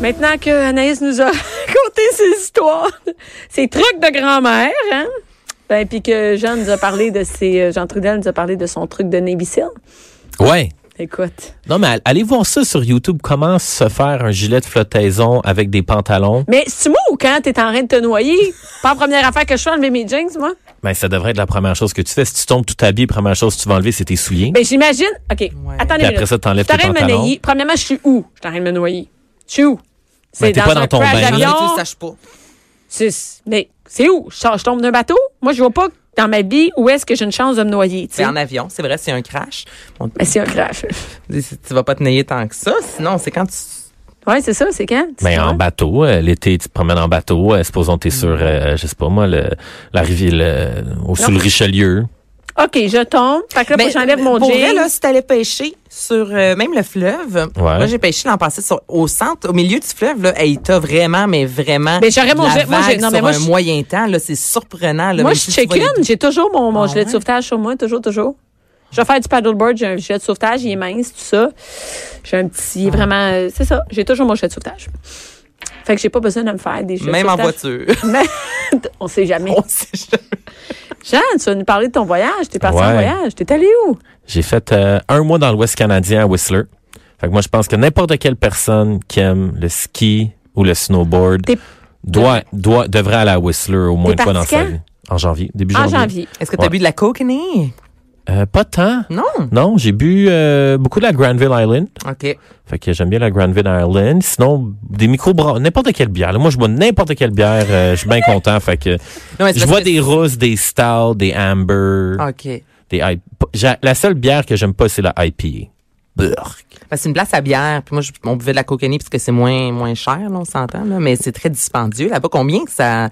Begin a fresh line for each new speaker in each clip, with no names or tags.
Maintenant que Anaïs nous a conté ses histoires, ses trucs de grand-mère, hein? Ben, puis que Jean nous a parlé de ses. euh, Jean Trudel nous a parlé de son truc de Navy Seal.
Ouais.
Écoute.
Non, mais allez voir ça sur YouTube. Comment se faire un gilet de flottaison avec des pantalons.
Mais c'est moi ou quand t'es en train de te noyer? Pas la première affaire que je fais, enlever mes jeans, moi?
Ben, ça devrait être la première chose que tu fais. Si tu tombes tout habillé, première chose que tu vas enlever, c'est tes souliers.
Ben, j'imagine. OK. Attendez.
Puis après ça, t'enlèves
Je suis en train
tes
de me
pantalons.
noyer. Premièrement, je suis où? Je suis en train de me noyer. Je suis où? C'est
Ben, t'es pas dans
un
ton
crash
bain.
d'avion.
que tu le saches pas.
C'est- Mais c'est où? Je, sors- je tombe d'un bateau? Moi, je vois pas dans ma vie où est-ce que j'ai une chance de me noyer. tu sais.
C'est en avion, c'est vrai, c'est un crash. Bon,
Mais c'est un crash.
tu vas pas te nayer tant que ça, sinon c'est quand tu
Ouais, c'est ça, c'est quand?
Ben, en bateau, euh, l'été, tu te promènes en bateau. Euh, supposons que
Mm.
t'es sur, euh, je sais pas moi, le, la rivière, le- au, sur le Richelieu.
OK, je tombe. Fait que là, faut que
Mais,
j'enlève mon
Ben, pour vrai,
jean.
là, si t'allais pêcher sur euh, même le fleuve,
Ouais.
moi j'ai pêché l'an passé sur- au centre, au milieu du fleuve, là, hey, t'as vraiment, mais vraiment.
Mais j'aurais mon
la
jet- moi, j'ai-
vague
non, mais
sur
moi,
un
je-
moyen temps, là, c'est surprenant. Là,
moi,
même
je
si tu vois les-
check-in. J'ai toujours mon, mon
Ah
gilet de
ouais?
sauvetage sur moi, toujours, toujours. Je vais faire du paddleboard, j'ai un gilet de sauvetage, il est mince, tout ça. J'ai un petit,
Ah.
vraiment, euh, c'est ça, j'ai toujours mon gilet de sauvetage. Fait que j'ai pas besoin de me faire des gilets de
Même en
sauvetage.
voiture.
Mais- on sait jamais.
On sait jamais.
Jean, tu vas nous parler de ton voyage, t'es parti en
Ouais.
voyage, t'es allé où?
J'ai fait euh, un mois dans l'Ouest canadien à Whistler. Fait que moi, je pense que n'importe quelle personne qui aime le ski ou le snowboard
T'es-
doit, doit, devrait aller à Whistler au moins une
T'es
fois dans
parti
sa
quand?
vie. En janvier, début
En
janvier.
janvier.
Est-ce que t'as
Ouais.
bu de la cocaine?
Euh, pas tant.
Non.
Non, j'ai bu euh, beaucoup de la Granville Island.
OK.
Fait que j'aime bien la Granville Island. Sinon, des micro n'importe quelle bière. là. moi, je bois n'importe quelle bière. euh, je suis bien content. Fait que
Non, mais
je
c'est parce
bois
que- Ah.
des rousses, des stouts, des amber,
OK.
des I- p- j'a- La seule bière que j'aime pas, c'est la IPA. Burk.
Parce que c'est une place à bière. Puis moi, je- on buvait de la cocaine parce que c'est moins, moins cher, là, on s'entend, là. Mais c'est très dispendieux là-bas. Combien que ça,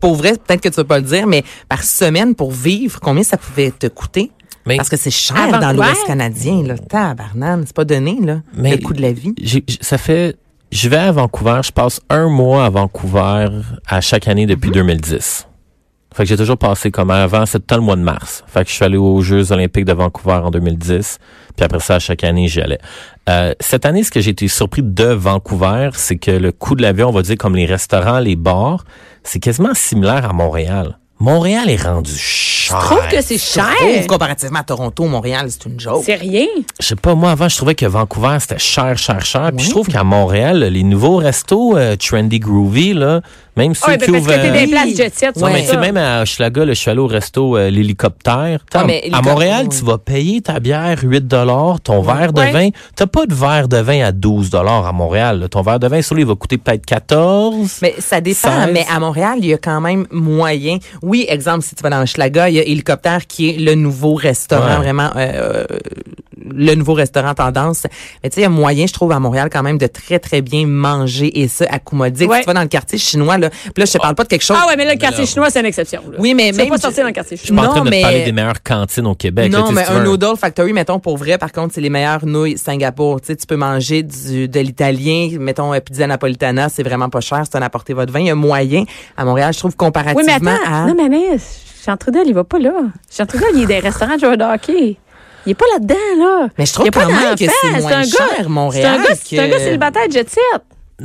pour vrai, peut-être que tu veux pas le dire, mais par semaine pour vivre, combien ça pouvait te coûter?
Mais-
parce que c'est cher
À
dans
Vancouver?
l'Ouest canadien, là. Tabarnane, c'est pas donné, là.
Mais-
le coût de la vie.
J'ai- j- ça fait. Je vais à Vancouver. Je passe un mois à Vancouver à chaque année depuis 2010. Fait que j'ai toujours passé comme avant, c'est tout le temps le mois de mars. Fait que je suis allé aux Jeux Olympiques de Vancouver en 2010. Puis après ça, à chaque année, j'y allais. Euh, cette année, ce que j'ai été surpris de Vancouver, c'est que le coût de l'avion, on va dire comme les restaurants, les bars, c'est quasiment similaire à Montréal. Montréal est rendu cher.
Je trouve que c'est
Trouve,
cher.
comparativement à Toronto, Montréal, c'est une joke.
C'est rien.
Je sais pas, moi avant, je trouvais que Vancouver, c'était cher, cher, cher. Puis je trouve qu'à Montréal, les nouveaux restos euh, trendy groovy, là, même
Ah,
ceux
Ouais, ben,
qui
parce
ouvrent.
que t'es des
euh,
places jet set,
non, mais tu sais,
ça.
même à Hochelaga, là, je suis allé au resto euh, l'hélicoptère.
Ah, mais
à
l'hélicoptère,
Montréal,
oui.
tu vas payer ta bière 8 ton verre de
Ouais.
vin. T'as pas de verre de vin à 12 à Montréal. là. Ton verre de vin, sur lui, il va coûter peut-être 14.
Mais ça dépend.
16.
Mais à Montréal, il y a quand même moyen. Oui, exemple, si tu vas dans Schlaga, il y a Hélicoptère qui est le nouveau restaurant,
Ouais.
vraiment, euh, euh, le nouveau restaurant tendance. Mais tu sais, il y a moyen, je trouve, à Montréal, quand même, de très, très bien manger et ça à Coumodic.
Ouais.
Si tu vas dans le quartier chinois, là, puis là, je te parle pas de quelque chose.
Ah ouais, mais là, le quartier chinois, c'est une exception. là.
Oui, mais
Tu peux
même
pas
tu-
sortir dans le quartier
je suis
chinois.
pas en
non,
train de te
mais-
parler des meilleures cantines au Québec. là, tu
Non,
sais,
mais
Ben, si tu
un
veux un-
Noodle Factory, mettons, pour vrai, par contre, c'est les meilleures nouilles Singapour. Tu sais, tu peux manger du, de l'italien, mettons, euh, pizza napolitana, c'est vraiment pas cher, c'est un apporter votre vin. Il y a moyen. À Montréal, je trouve, comparativement
Oui, mais attends.
à...
Non, mais Anaïs, Jean Trudel, il va pas là. Jean Trudel, il est des restaurants de joueurs de hockey. Il est pas là-dedans, là.
Mais je trouve
Il y a pas
quand même que
d'enfants.
c'est moins
un
cher,
gars,
Montréal,
C'est un gars, c'est un
que-
gars célibataire de jet set.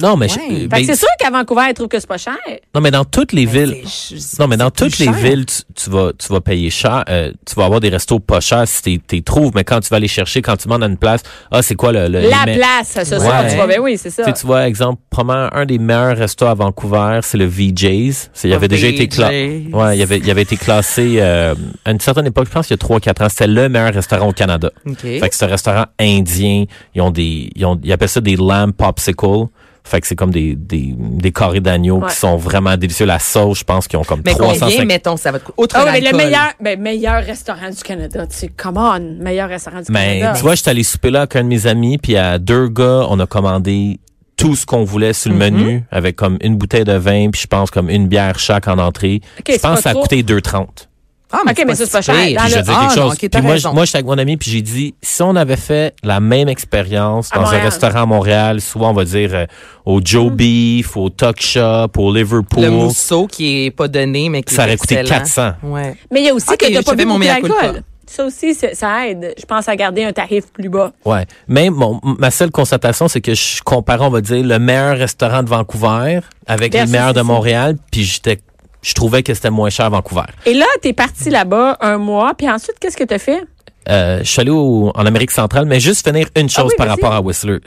Non, mais, je-
Ouais.
euh,
Fait que
Fait
ben,
que c'est sûr qu'à Vancouver, il trouve que c'est pas cher.
Ben,
non, mais dans toutes les villes.
C'est- c'est-
Non, mais dans
c'est plus
toutes les
cher.
villes, tu, tu vas, tu vas payer cher. euh, tu vas avoir des restos pas chers si t'es- t'es trouves, mais quand tu vas les chercher, quand tu demandes à une place, ah, c'est quoi le... le
La
le-
place, ce soir,
Ouais.
tu vois, ben oui, c'est
Tu
ça.
sais, tu vois, exemple, probablement un des meilleurs restos à Vancouver, c'est le VJ's. C'est- Il avait déjà été classé.
VJ's.
Ouais, il avait, il avait été classé euh, à une certaine époque, je pense qu'il y a 3-4 ans, c'était le meilleur restaurant au Canada.
OK.
Fait que c'est un restaurant indien. Ils ont des, ils ont, ils appellent ça des lamb popsicles. Fait que c'est comme des, des, des carrés d'agneau
Ouais.
qui sont vraiment délicieux. La sauce, je pense qu'ils ont comme
Mais combien,
350
mettons, ça va te coûter? Autre
Ah oui, mais le
l'alcool.
meilleur, ben, meilleur restaurant du Canada, tu sais, come on,
Ben,
meilleur restaurant du
Mais
Canada.
tu vois, j'étais allé souper là avec un de mes amis, puis à deux gars, on a commandé tout ce qu'on voulait sur le
Mm-hmm.
menu avec comme une bouteille de vin puis je pense comme une bière chaque en entrée.
Ok, c'est
je pense
pas
que ça a
trop.
coûté 2,30.
Ah,
Ok, mais ça, c'est pas
si
cher.
pire.
Dans
Puis
le-
je vais dire
Ah,
quelque
non,
chose.
ok, t'as
puis moi, je-
raison.
moi, j'étais avec mon ami, puis j'ai dit, si on avait fait la même expérience
À
dans un
Montréal.
restaurant à Montréal, soit on va dire euh, au Joe Beef, au Tuck Shop, au Liverpool,
Mm. le mousseau qui est pas donné, mais qui
ça
est
aurait coûté
excellent.
400.
Ouais.
Mais il y a aussi
Ok,
que t'as
je
pas
savais
bu
mon
beaucoup
mea culpa.
d'alcool. Ça aussi, c'est- ça aide. Je pense à garder un tarif plus bas.
Ouais. Mais mon, ma seule constatation, c'est que je comparais, on va dire, le meilleur restaurant de Vancouver avec
Versus
les meilleurs de
ici.
Montréal, puis j'étais, je trouvais que c'était moins cher à Vancouver.
Et là, t'es parti là-bas un mois, puis ensuite, qu'est-ce que t'as fait?
Euh, je suis allé au- en Amérique centrale, mais juste finir une
Ah
chose
oui,
par
vas-y.
rapport à Whistler.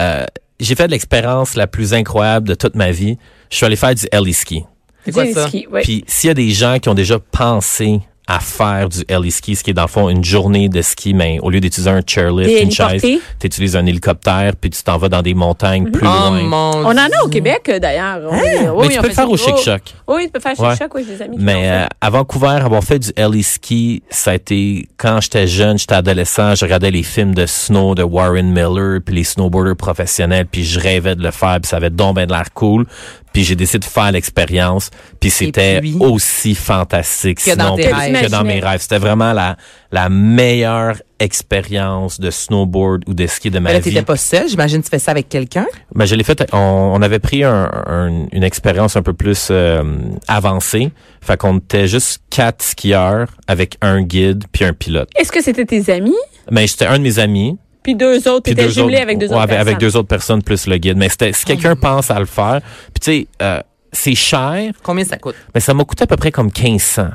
Euh, j'ai fait l'expérience la plus incroyable de toute ma vie. Je suis allé faire du heli ski.
C'est quoi
Du
ça?
ski, ouais.
Puis s'il y a des gens qui ont déjà pensé à faire du heli ski, ce qui est dans le fond une journée de ski, mais au lieu d'utiliser un
Des
chairlift, une chaise,
héliportés.
tu utilises un hélicoptère, puis tu t'en vas dans des montagnes plus
Oh
loin.
mon
On en a au Québec, euh, d'ailleurs. Oui, oui,
Hein? Mais
on
tu
fait
peux le faire
ça.
au Shake
Oh.
Shack.
Oui, tu peux faire
Ouais.
Shake Shack, oui, j'ai des amis qui font
Mais
ça.
euh, à Vancouver, avoir fait du heli ski, ça a été quand j'étais jeune, j'étais adolescent, je regardais les films de snow de Warren Miller, puis les snowboarders professionnels, puis je rêvais de le faire, puis ça avait donc ben de l'air cool, puis j'ai décidé de faire l'expérience, puis c'était
puis?
aussi fantastique
Que
sinon,
dans tes
que-
rêves.
que dans mes
T'imaginais.
rêves. C'était vraiment la la meilleure expérience de snowboard ou de ski de ma
Mais là,
vie.
t'étais pas seul. J'imagine que tu fais ça avec quelqu'un.
Ben, je l'ai fait. On, on avait pris un- un- une expérience un peu plus euh, avancée. Fait qu'on était juste quatre skieurs avec un guide puis un pilote.
Est-ce que c'était tes amis?
Mais j'étais un de mes amis.
Puis deux autres,
Puis
t'étais
deux
jumelé
autres,
avec deux
ouais,
autres
avec, avec
personnes. Ah.
deux autres personnes plus le guide. Mais c'était si quelqu'un pense à le faire. Puis tu sais, euh, c'est cher,
Combien ça coûte?
mais ça m'a coûté à peu près comme 1500.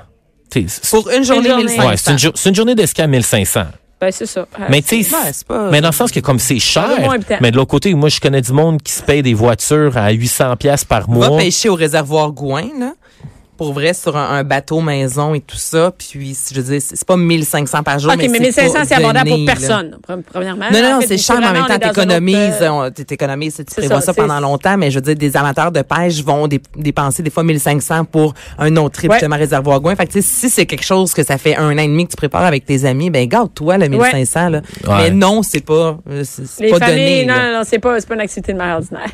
Tu sais, c'est-
Pour une journée,
journée.
1500.
Ouais, c'est une, jour- c'est une journée de ski à 1500.
Ben, c'est ça. Ah,
Mais tu sais,
Ouais, c'est pas-
mais dans le sens que comme c'est
Ça vaut
cher,
moins le temps.
mais de l'autre côté, moi je connais du monde qui se paye des voitures à 800 pièces par
Va
mois.
pêcher au réservoir Gouin, là. Pour vrai, sur un, un bateau maison et tout ça. Puis, je veux dire, c'est c'est pas 1500 par jour.
OK, mais
c'est
1500,
pas
c'est abordable pour
donné, là.
personne, pre- premièrement.
Non, non, non,
Ensuite,
c'est cher, mais en
Hein, vraiment,
même
on est
temps,
dans un
t'économises,
autre, euh,
on- t'é- t'économises, tu
c'est
prévois
ça,
ça, pendant
c'est-
longtemps, mais je veux dire, des amateurs de pêche vont dé- dépenser des fois 1500 pour un autre trip,
Ouais.
justement, réservoir Gouin. Fait que, tu sais, si c'est quelque chose que ça fait un an et demi que tu prépares avec tes amis, ben, garde-toi, le 1500, là.
Ouais.
Mais non, c'est pas, euh, c'est c'est
Les
pas
familles,
donné,
non,
là.
non, non, c'est pas, c'est pas une activité de mère ordinaire.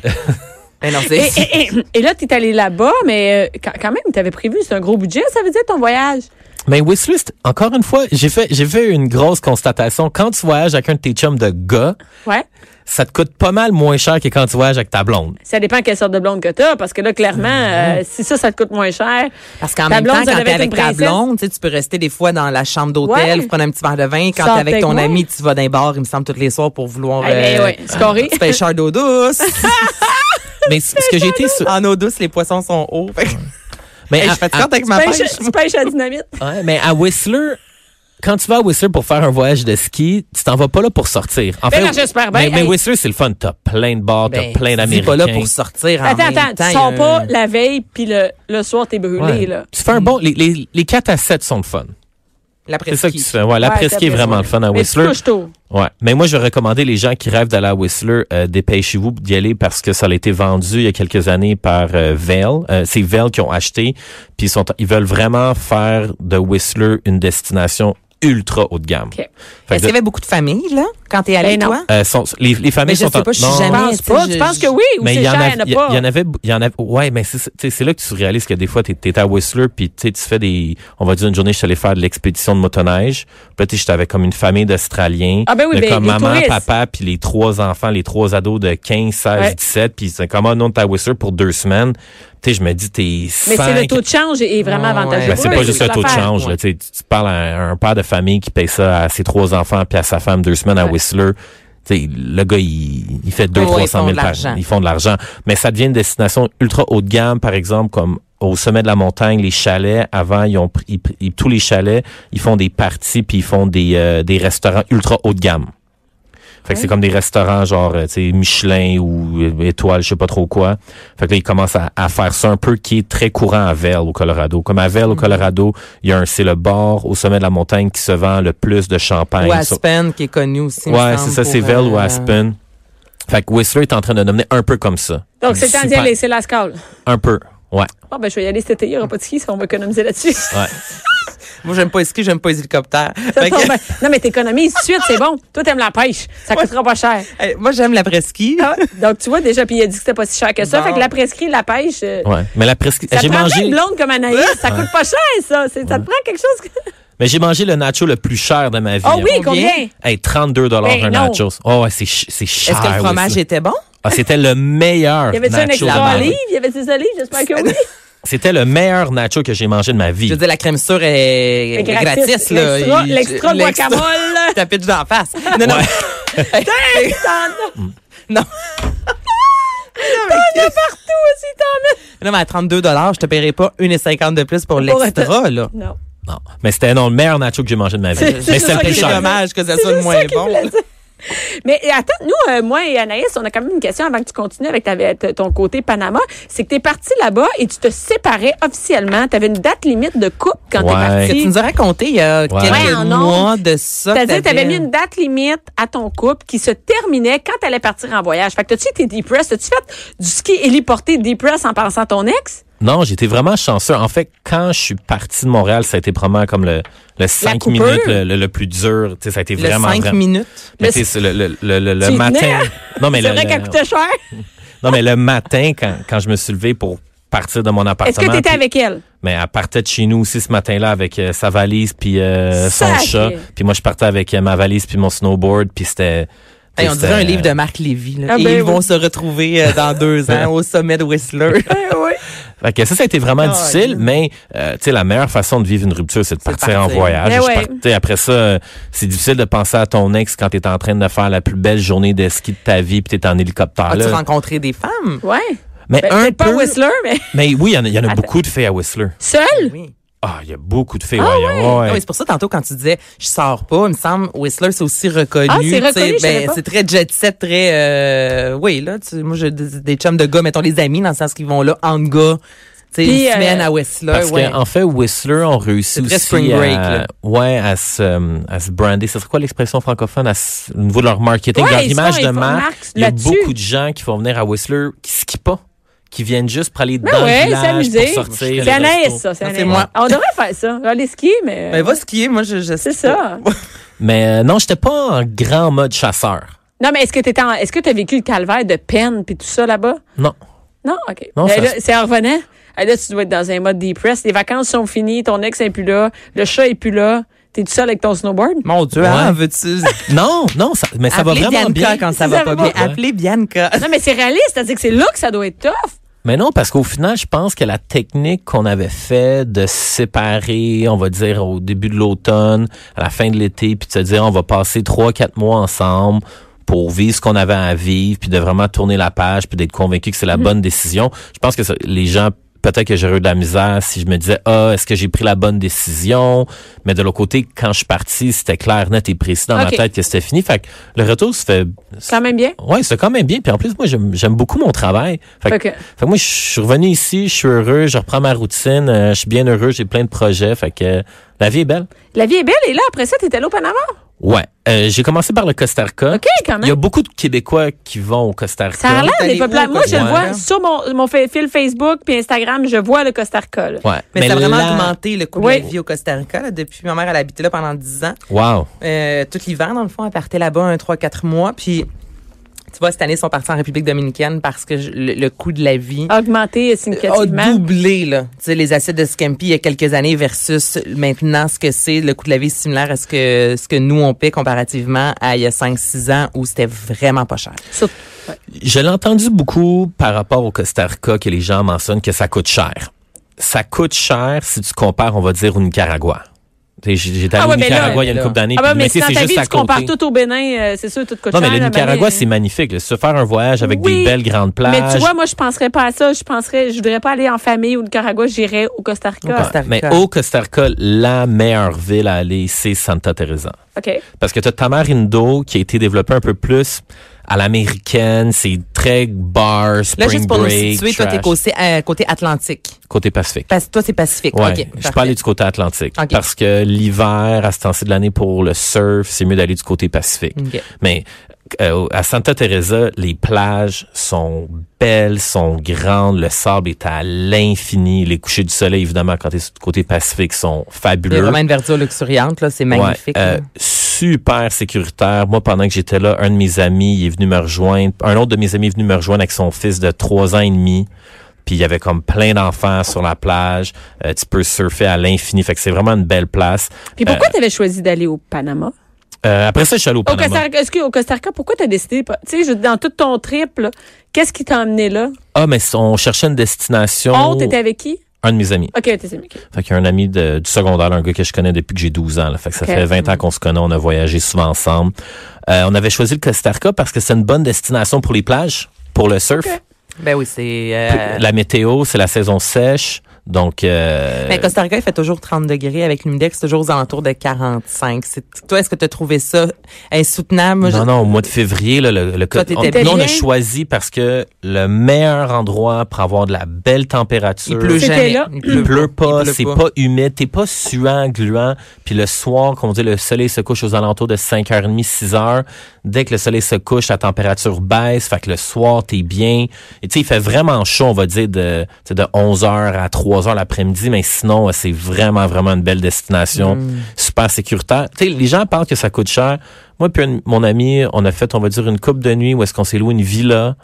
Ben non,
et,
c'est,
et- et- et là, t'es allé là-bas, mais euh, quand, quand même, t'avais prévu, c'est un gros budget, ça veut dire, ton voyage.
Mais Whistler, c'est- encore une fois, j'ai fait, j'ai fait une grosse constatation. Quand tu voyages avec un de tes chums de gars,
Ouais.
ça te coûte pas mal moins cher que quand tu voyages avec ta blonde.
Ça dépend quelle sorte de blonde que t'as, parce que là, clairement,
Mm-hmm.
euh, si ça, ça te coûte moins cher.
Parce qu'en
Ta
même temps,
blonde, ça
quand
devait
t'es
être
avec
une
ta
princesse.
blonde, tu sais, tu peux rester des fois dans la chambre d'hôtel,
Ouais.
vous prendre un petit verre de vin. Quand
Sors
t'es avec ton
avec moi.
ami, tu vas dans les bars, il me semble, tous les soirs pour vouloir euh,
Eh ben ouais, scorer.
tu fais cher d'eau douce.
Mais c- ce que j'ai été sur,
en eau douce, les poissons sont hauts. Fait que-
mais
Hey, je
à,
fais
à-
avec ma
Ah, Tu pêches,
pêche.
tu pêches à la dynamite.
ouais, mais à Whistler, quand tu vas à Whistler pour faire un voyage de ski, tu t'en vas pas là pour sortir. En
Ben
fait,
non, j'espère bien.
Mais, mais
Hey.
Whistler, c'est le fun. T'as plein de bars,
Ben,
t'as plein
dis
d'américains.
pas là pour sortir en
Attends,
même
attends,
temps,
tu
il y a
sors
un-
pas la veille, puis le, le soir, t'es brûlé,
Ouais.
là.
Tu fais un bon, les, les, les 4 à 7 sont le fun.
la
C'est ça que tu
presqu'île.
fais. Ouais, la
Ouais,
presqu'île est
t'as
vraiment le
raison.
fun à
Mais tu
Whistler.
touches tôt.
Ouais. Mais moi, je vais recommander les gens qui rêvent d'aller à Whistler, euh, dépêchez-vous d'y aller parce que ça a été vendu il y a quelques années par euh, Vail. Euh, c'est Vail qui ont acheté. Puis ils, sont, ils veulent vraiment faire de Whistler une destination ultra haut de gamme.
OK.
Fait
Est-ce
que
qu'il y avait beaucoup de familles, là, quand t'es allé,
Ben non.
toi?
euh, sont- les, les familles
Ah, Mais je
sont
sais
en-
pas, je suis
non,
Je
jamais-
pense
tu sais,
pas.
je-
Tu penses que oui ou
Mais il
c'est
y, en
cher,
avait,
il n'y
il y-
en a pas.
il y en avait, il y en avait, ouais, mais c'est ça, tu sais, c'est là que tu réalises que des fois, t'es t'es à Whistler, puis tu sais, tu fais des, on va dire une journée, je suis allé faire de l'expédition de motoneige. Puis là, tu sais, j'étais avec comme une famille d'Australiens.
Ah ben oui,
de
ben,
comme
les
maman,
touristes.
papa, puis les trois enfants, les trois ados de 15, 16,
Ouais.
17, puis c'est comme, ah non, t'es à Whistler pour deux semaines. Tu sais, je me dis, t'es
Mais c'est le
cinq-
taux de change est est vraiment
Ah, Ouais,
avantageux.
ben, c'est
Oui,
pas
oui,
juste le
c'est
taux de
l'affaire.
change. Là,
ouais.
tu, sais, tu- tu parles à un père de famille qui paye ça à ses trois enfants puis à sa femme deux semaines à
Ouais.
Whistler. Tu sais, le gars, il, il fait deux
Ouais,
trois
ils font
cent
de
mille par
l'argent.
Ils font de l'argent. Mais ça devient une destination ultra haut de gamme, par exemple, comme au sommet de la montagne, les chalets, avant, ils ont pris- ils pris- ils- tous les chalets, ils font des parties puis ils font des, euh, des restaurants ultra haut de gamme. Fait que c'est comme des restaurants genre euh, tu sais, Michelin ou euh, étoile, je sais pas trop quoi. Fait que là ils commencent à, à faire ça un peu qui est très courant à Vail au Colorado. Comme à Vail
Mm.
au Colorado, il y a un c'est le bar au sommet de la montagne qui se vend le plus de champagne.
Ou
Ça-
Aspen, qui est connu aussi. me
Ben, ouais,
semble,
c'est ça,
pour,
c'est Vail ou
euh,
Aspen. Fait que Whistler est en train de nommer un peu comme ça.
Donc, c'est le temps d'y
Super-
aller, c'est la scale.
Un peu. Ouais,
Ah, ben, je vais y aller cet été, il n'y aura pas de ski, ça, on va économiser là-dessus.
ouais.
Moi, j'aime pas les skis, j'aime pas les hélicoptères.
Ça
Fait que-
tombe bien. Non, mais t'économises tout de suite, c'est bon. Toi, t'aimes la pêche. Ça coûtera pas cher.
Hey, moi, j'aime l'après-ski.
Ah, Donc, tu vois, déjà, puis il a dit que c'était pas si cher que ça.
Bon.
Fait que la prescrit, la pêche. euh,
Ouais. Mais la presque,
Ça te
j'ai
prend pas
mangé,
une blonde comme Anaïs. Ça coûte pas cher, ça. C'est- Ça te prend quelque chose. que-
mais j'ai mangé le nacho le plus cher de ma vie.
Oh
là.
oui, combien?
Ah Combien?
Hey, 32
Ben
un
non.
nachos. Oh ouais, c'est ch- c'est cher.
Est-ce que le
oui,
fromage
ça.
était bon?
Ah, c'était le meilleur
Il y avait-tu un
nacho. de
extra
ma vie.
olive? Il y avait des olives? J'espère que oui.
C'était le meilleur nacho que j'ai mangé de ma vie.
Je veux dire, la crème sûre est,
C'est
est
gratis.
gratis. là.
L'extra-
Il-
l'extra guacamole.
Ça pitche d'en face. Non, non.
Hey, t'en-
non.
T'en as partout aussi, t'en
Non, mais à 32 je te paierai pas 1,50 de plus pour
as.
l'extra, là.
Non.
Non. Mais c'était non, le meilleur nacho que j'ai mangé de ma vie.
C'est-
Mais
c'est
c'était
ça
le plus
qui est
C'est
cher.
dommage que ça
C'est
soit le
juste
moins
ça qu'il
bon.
voulait
là.
dire. Mais euh, attends, nous, euh, moi et Anaïs, on a quand même une question avant que tu continues avec ta- t- ton côté Panama. C'est que t'es parti là-bas et tu te séparais officiellement. T'avais une date limite de couple quand
Ouais.
Que tu
t'es parti.
nous as raconté il y a
Ouais,
quelques
en
mois de ça.
C'est-à-dire que t'avais
t'avais-
mis une date limite à ton couple qui se terminait quand t'allais partir en voyage. Fait que t'as-tu été depressed? T'as-tu fait du ski héliporté depressed en pensant à ton ex?
Non, j'étais vraiment chanceux. En fait, quand je suis parti de Montréal, ça a été probablement comme le, le 5
coupure.
minutes le, le- le plus dur. Tu sais, ça a été
Le
vraiment,
5
vraiment-
minutes.
Mais
Le-
tu sais, le, le, le, le- le
Tu y tenais,
matin.
hein?
Non, mais
C'est
le,
vrai
le-
qu'elle coûtait cher.
non, mais le matin, quand, quand je me suis levé pour partir de mon
Est-ce
appartement.
que t'étais
puis-
avec elle?
Mais elle partait de chez nous aussi ce matin-là avec euh, sa valise puis euh, son
Sacré.
chat. Puis moi, je partais avec euh, ma valise puis mon snowboard. Puis c'était...
Hey, on dirait
c'était-
un livre de Marc Lévy. là.
Ah,
Et
ben
ils vont
oui.
se retrouver euh, dans deux ans au sommet de Whistler.
oui.
Fait que ça, ça a été vraiment
Ah,
difficile,
oui.
mais euh, tu sais, la meilleure façon de vivre une rupture, c'est de
de
partir, en
partir.
voyage.
Ben
Je
ouais.
partais- après ça, euh, c'est difficile de penser à ton ex quand t'es en train de faire la plus belle journée de ski de ta vie, puis t'es en hélicoptère.
As-tu
là.
rencontré des femmes?
Ouais.
Mais
Ben,
un
peut-être pas
peu-
Whistler, mais
Mais oui, il y en a, il y en a beaucoup de filles à Whistler.
seul.
Oui.
Ah, il y a beaucoup de filles. ouais, il y a- ouais, ouais.
Ah oui, c'est pour ça, tantôt, quand tu disais, je sors pas, il me semble, Whistler, c'est aussi reconnu.
Ah, c'est
tu sais,
reconnu, je savais
ben,
pas.
c'est très jet set, très, euh, oui, là, tu, moi, j'ai des, des chums de gars, mettons les amis, dans le sens qu'ils vont là, en gars, tu sais,
Puis,
une semaine
euh,
à Whistler,
Parce
ouais.
qu'en fait, Whistler ont réussi
C'est très
aussi
spring break,
à,
là.
ouais, à, se, euh, à se brander. C'est quoi l'expression francophone à se- au niveau de leur marketing,
Ouais,
leur
ils se
image
font- ils
de
font
marque?
marque
il y a
là-dessus.
beaucoup de gens qui font venir à Whistler qui skient pas, qui viennent juste pour aller
Ben
dans
ouais,
le village
s'amuser.
pour sortir.
C'est
les
Anaïs,
restos.
ça. C'est
Non, c'est
Anaïs.
moi.
On devrait faire ça. Aller skier, mais.
Ben, va skier, moi, je, je
C'est ça.
Mais euh, non, j'étais pas en grand mode chasseur.
Non, mais est-ce que t'étais en- est-ce que t'as vécu le calvaire de peine puis tout ça là-bas?
Non.
Non, OK.
Non,
Ben
ça
là,
se-
c'est en revenant. Ah, Là, tu dois être dans un mode depress. Les vacances sont finies, ton ex est plus là, le chat est plus là. T'es tout seul avec ton snowboard?
Mon Dieu,
Ouais.
hein, veux-tu?
Non, non, ça, mais ça va
Appelez
vraiment
Bianca
bien.
quand
Ça
ça va
va
pas bien.
pas.
Appelez Bianca.
Non, mais c'est réaliste. C'est-à-dire que c'est là que ça doit être tough.
Mais non, parce qu'au final, je pense que la technique qu'on avait fait de se séparer, on va dire au début de l'automne, à la fin de l'été, puis de se dire on va passer trois, quatre mois ensemble pour vivre ce qu'on avait à vivre, puis de vraiment tourner la page, puis d'être convaincu que c'est la bonne décision. Je pense que ça- les gens peut-être que j'aurais eu de la misère si je me disais ah est-ce que j'ai pris la bonne décision mais de l'autre côté quand je suis parti c'était clair net et précis dans
Ok.
ma tête que c'était fini fait que le retour se fait
C'est quand même bien.
Ouais, c'est quand même bien. Puis en plus, moi, j'aime j'aime beaucoup mon travail. Fait que,
Fait que-
fait que moi, je suis revenu ici, je suis heureux, je reprends ma routine, euh, je suis bien heureux, j'ai plein de projets. Fait que euh, la vie est belle.
La vie est belle et là, après ça, t'étais allé au Panama.
Ouais. Euh, j'ai commencé par le Costa Rica.
OK, quand
Il y
même.
a beaucoup de Québécois qui vont au Costa Rica.
Ça a l'air des
T'es allé où,
peuples. Moi, je le
Ouais.
vois sur mon, mon fa- fil Facebook puis Instagram, je vois le Costa Rica. là.
Ouais.
Mais, ça a vraiment
là-
augmenté le coût
Oui.
de la vie au Costa Rica. là. Depuis, ma mère, elle a habité là pendant 10 ans.
Wow.
Euh, tout l'hiver, dans le fond, elle partait là-bas un 3-4 mois. Puis, tu vois, cette année, ils sont partis en République dominicaine parce que je- le, le coût de la vie
Ah, Augmenté
Oh,
a
significativement.
doublé, là. Tu sais, les assiettes de Scampi il y a quelques années versus maintenant ce que c'est. Le coût de la vie est similaire à ce que, ce que nous, on paie comparativement à il y a 5-6 ans où c'était vraiment pas cher.
Sur- ouais.
Je l'ai entendu beaucoup par rapport au Costa Rica que les gens mentionnent que ça coûte cher. Ça coûte cher si tu compares, on va dire, au Nicaragua. Tu sais, J'ai j'étais
Ah
allé
ouais,
au
mais là-
Nicaragua il y a une
là-
couple d'années.
Ah ben,
puis le
mais si
métier,
dans
c'est
ta vie,
juste à
tu compares
côté.
tout au Bénin, euh, c'est sûr, tout coûte
Non, mais
cher,
le
hein,
là,
Nicaragua,
mais-
c'est magnifique. là. Se faire un voyage avec
Oui.
des belles grandes plages.
Mais tu vois, moi, je penserais pas à ça. Je penserais, je voudrais pas aller en famille au Nicaragua, j'irais au Costa
Au
Rica.
Costa-
Ouais, mais
Rica.
au Costa Rica, la meilleure ville à aller, c'est Santa Teresa.
OK.
Parce que tu as Tamarindo qui a été développé un peu plus à l'américaine. C'est très bar, spring
Là, juste pour
break,
nous situer, toi, t'es
trash.
côté, euh, côté Atlantique.
côté Pacifique.
Parce, toi, c'est Pacifique.
Ouais,
OK,
je
parfait.
peux aller du côté Atlantique
Ok.
parce
Mm.
que l'hiver à ce temps-ci de l'année pour le surf, c'est mieux d'aller du côté Pacifique.
Ok.
Mais euh, à Santa Teresa, les plages sont belles, sont grandes, le sable est à l'infini, les couchers du soleil, évidemment, quand tu es du côté pacifique, sont
Il y a
fabuleux.
vraiment une verdure luxuriante, là. C'est magnifique.
Ouais, euh,
là.
super sécuritaire. Moi, pendant que j'étais là, un de mes amis il est venu me rejoindre. Un autre de mes amis est venu me rejoindre avec son fils de trois ans et demi. Puis il y avait comme plein d'enfants sur la plage. Euh, tu peux surfer à l'infini. Fait que c'est vraiment une belle place.
Puis pourquoi t'avais choisi d'aller au Panama?
Euh, après ça, je suis allé au
Au
Panama.
Costa Rica, excuse, au Costa Rica, pourquoi t'as décidé, pas- tu sais, je- dans tout ton trip, là, qu'est-ce qui t'a emmené là?
Ah, mais on cherchait une destination.
Oh, t'étais avec qui?
Un de mes amis.
Ok, t'étais avec qui?
Fait qu'il y a un ami de- du secondaire, un gars que je connais depuis que j'ai 12 ans. Là. Fait que ça
Ok.
fait 20 ans qu'on se connaît, on a voyagé souvent ensemble. Euh, on avait choisi le Costa Rica parce que c'est une bonne destination pour les plages, pour le surf.
Ok.
Ben oui, c'est. euh,
La météo, c'est la saison sèche. Donc, euh,
Mais Ben, Costa Rica, il fait toujours 30 degrés avec l'humidex, toujours aux alentours de 45. C'est, toi, est-ce que tu as trouvé ça insoutenable? Moi, je-
non, non, au mois de février, là, le, le
Toi, t'étais
on, nous, on
bien?
a choisi parce que le meilleur endroit pour avoir de la belle température.
Il pleut
C'était
jamais.
là.
Il
Il pleut pas,
Il pleut
c'est pas. humide, t'es pas suant, gluant. Puis le soir, qu'on dit, le soleil se couche aux alentours de 5h30, 6h. Dès que le soleil se couche, la température baisse. Fait que le soir, t'es bien. Et tu sais, il fait vraiment chaud, on va dire, de, tu sais, de 11h à 3h l'après-midi. Mais sinon, euh, c'est vraiment, vraiment une belle destination. Super sécuritaire. Tu sais, les gens parlent que ça coûte cher. Moi, puis un- mon ami, on a fait, on va dire, une coupe de nuit où est-ce qu'on s'est loué une villa.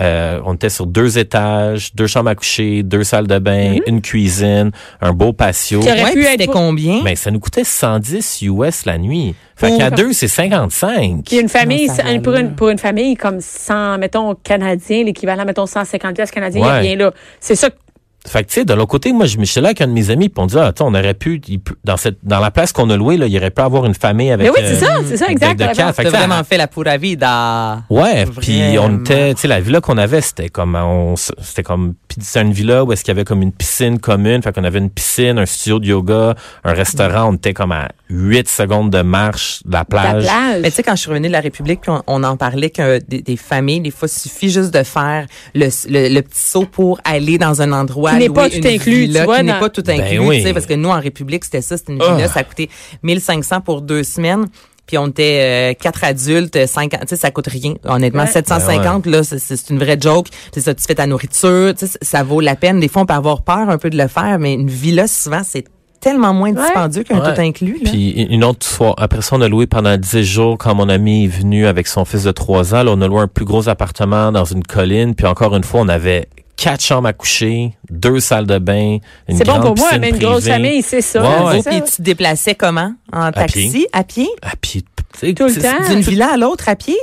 Euh, on était sur deux étages, deux chambres à coucher, deux salles de bain,
Mhm.
une cuisine, un beau patio.
Qui aurait
Ouais,
pu
puis
être
c'était
pas-
combien?
Mais ça nous coûtait 110 US la nuit. Fait
Pour-
qu'à deux, c'est 55.
Puis une famille,
Non, ça
c'est-
va
pour,
là.
une, pour une famille comme 100, mettons, canadien, l'équivalent, mettons, 150 pièces canadiens,
Ouais.
il y a bien là. C'est ça. que-
Fait que, tu sais, de l'autre côté, moi, je me suis là avec un de mes amis, puis on dit, ah, tu sais, on aurait pu, il peut- dans cette, dans la place qu'on a louée, là, il aurait pu avoir une famille avec.
Mais oui,
euh,
c'est ça, c'est ça,
avec
exact.
de
t'as
quatre.
raison.
Fait
T'as
que ça-
vraiment fait la pura vida.
Ouais, puis on
Vraiment.
était, tu sais, la villa qu'on avait, c'était comme, on, s- c'était comme, puis c'était une villa où est-ce qu'il y avait comme une piscine commune, fait qu'on avait une piscine, un studio de yoga, un restaurant, on était comme à 8 secondes de marche de la
La
plage.
plage. hein?
Mais tu sais, quand je suis revenue de la République, puis on, on en parlait que des, des familles, des fois, suffit juste de faire le, le, le petit saut pour aller dans un endroit
Qui n'est
louer
pas tout
une
inclus,
villa,
tu vois,
qui n'est
dans-
pas tout
Ben
inclus,
oui.
tu sais, parce que nous, en République, c'était ça, c'était une
Ah.
villa, ça a coûté 1500 pour deux semaines. Puis on était euh, quatre adultes, euh, 50, tu sais, ça coûte rien. Honnêtement,
Ouais.
Ben
750, là, c'est- c'est une vraie joke. C'est ça, tu fais ta nourriture, tu sais, ça vaut la peine. Des fois, on peut avoir peur un peu de le faire, mais une villa, souvent, c'est tellement moins dispendieux qu'un
Ouais.
tout inclus. là.
Puis une autre soir, après ça, on a loué pendant 10 jours quand mon ami est venu avec son fils de 3 ans. Là, on a loué un plus gros appartement dans une colline. Puis encore une fois, on avait quatre chambres à coucher, deux salles de bain, une
C'est bon
grande
pour moi,
piscine
mais une grosse
privée.
famille, c'est ça.
Ouais,
c'est
ouais.
ça.
Puis tu te déplaçais comment? En taxi?
pied.
À pied?
Ah, puis, tu sais,
Tout le
c'est-
temps.
D'une villa à l'autre à pied?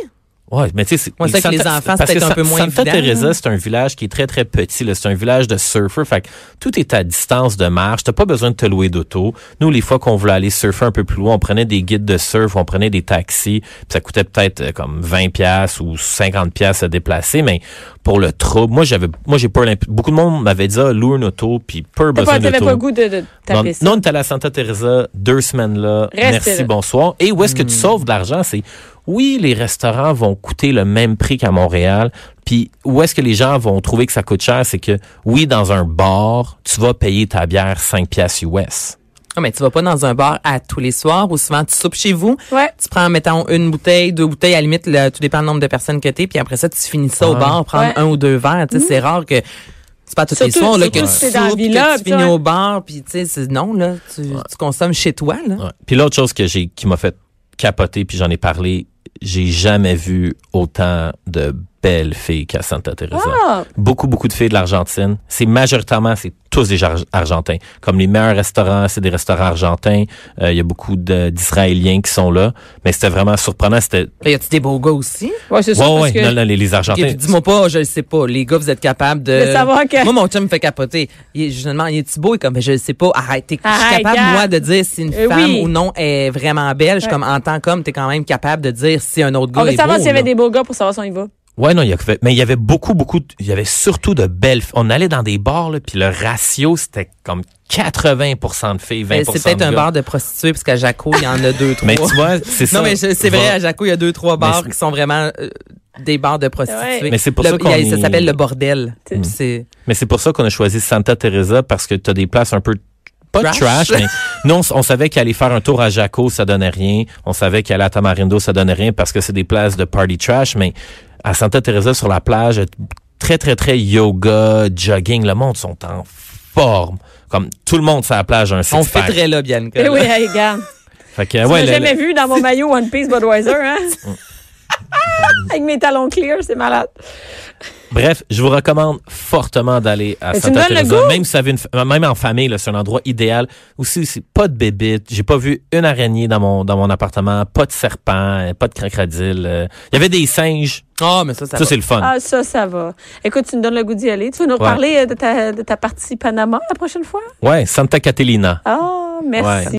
Ouais, mais tu sais,
Moi, c'est
Santa-
que les enfants,
parce
c'est
que
peut-être un
Sa-
peu moins
Santa
évident,
Teresa,
là.
c'est un village qui est très très petit. là. C'est un village de surfers. Fait que tout est à distance de marche. T'as pas besoin de te louer d'auto. Nous, les fois qu'on voulait aller surfer un peu plus loin, on prenait des guides de surf, on prenait des taxis. Puis ça coûtait peut-être euh, comme 20 pièces ou 50 pièces à déplacer. Mais pour le trouble, moi j'avais, moi j'ai pas l'imp- beaucoup de monde m'avait dit ah, loue un auto puis peu
T'as
besoin
pas, t'avais
d'auto.
pas le goût de, de
Non,
taper ça.
non, on est allé à Santa Teresa deux semaines là.
Restez
Merci,
là.
bonsoir. Et où est-ce que tu sauves de l'argent? C'est oui, les restaurants vont coûter le même prix qu'à Montréal. Puis où est-ce que les gens vont trouver que ça coûte cher? C'est que oui, dans un bar, tu vas payer ta bière 5 piastres US.
Ah, mais tu vas pas dans un bar à tous les soirs ou souvent tu soupes chez vous.
Ouais.
Tu prends, mettons, une bouteille, deux bouteilles, à la limite, le- tout dépend du nombre de personnes que t'es, puis après ça, tu finis ça au
Ouais.
bar, prendre
Ouais. Mm.
un ou deux verres. Tu sais, c'est rare que c'est pas tous les
Surtout-
soirs là, que
surtout
tu
si t'es dans la
soupes,
villa,
que tu
puis
finis
ça.
au bar, puis tu sais, c'est- non, là, tu, tu consommes chez toi, là.
Ouais. Puis l'autre chose que j'ai qui m'a fait capoter, puis j'en ai parlé, j'ai jamais vu autant de belles filles qu'à Santa Teresa.
Ah!
Beaucoup, beaucoup de filles de l'Argentine. C'est majoritairement, c'est tous des Ar- Argentins. Comme les meilleurs restaurants, c'est des restaurants argentins. Euh, Il y a beaucoup de- d'Israéliens qui sont là. Mais c'était vraiment surprenant. C'était,
Mais y a-tu des beaux gars aussi?
Ouais, c'est ça.
ouais,
parce
ouais,
que
non, non, les, les
Et
Argentins.
puis, dis-moi pas, je le sais pas. Les gars, vous êtes capables de.
De savoir que-
Moi, mon chum me fait capoter. Il, est- je me demande, il est-tu beau? Il est comme, ben, je le sais pas. Arrête. t'es- Je suis
Arrête,
capable,
gars.
moi, de dire si une
Euh,
femme
oui.
ou non est vraiment belle. Je suis
Ouais.
comme, en tant qu'homme, t'es quand même capable de dire si un autre gars
On
est
veut savoir
beau,
s'il y avait
là.
des beaux gars pour savoir si on y va.
Ouais, non, il y avait, mais il y avait beaucoup, beaucoup, de- il y avait surtout de belles. filles. On allait dans des bars, là, puis le ratio, c'était comme 80% de filles, 20%
Ben, C'est peut-être
de
un
gars.
bar de prostituées, parce qu'à Jaco, il y en a deux, trois.
Mais tu vois, c'est ça.
non, mais je- c'est
Va-
vrai, à Jaco, il y a deux, trois bars
c'est-
qui sont vraiment euh, des bars de prostituées.
Ouais.
Mais c'est pour
Le-
ça
il y a-
qu'on y-
Ça s'appelle le bordel.
Mm.
C'est.
Mais c'est pour ça qu'on a choisi Santa Teresa parce que tu as des places un peu pas de trash, mais non, on savait qu'aller faire un tour à Jaco, ça donnait rien. On savait qu'aller à Tamarindo, ça donnait rien parce que c'est des places de party trash, mais à Santa Teresa sur la plage, très, très, très yoga, jogging, le monde sont en forme. Comme tout le monde sur la plage a un
On
six-pack.
fêterait là, Bianca.
Eh
là.
oui, hey, regarde.
Fait que,
Tu
Ben ouais,
m'as
le-
jamais vu dans mon maillot One Piece Budweiser, hein? Avec mes talons clear, c'est malade.
Bref, je vous recommande fortement d'aller à
Mais tu
Santa
me donnes le
Teresa,
goût.
même si vous avez une fa- même en famille, là, c'est un endroit idéal. Aussi, c'est pas de bébites, j'ai pas vu une araignée dans mon dans mon appartement, pas de serpent, euh, pas de crocodile. euh. Il y avait des singes,
Ah, mais ça,
ça,
ça, va.
c'est le fun.
Ah, ça, ça va. Écoute, tu me donnes le goût d'y aller. Tu vas nous
Ouais.
reparler euh, de ta, de ta partie Panama la prochaine fois?
Ouais, Santa Catalina.
Ah, merci.
Ouais.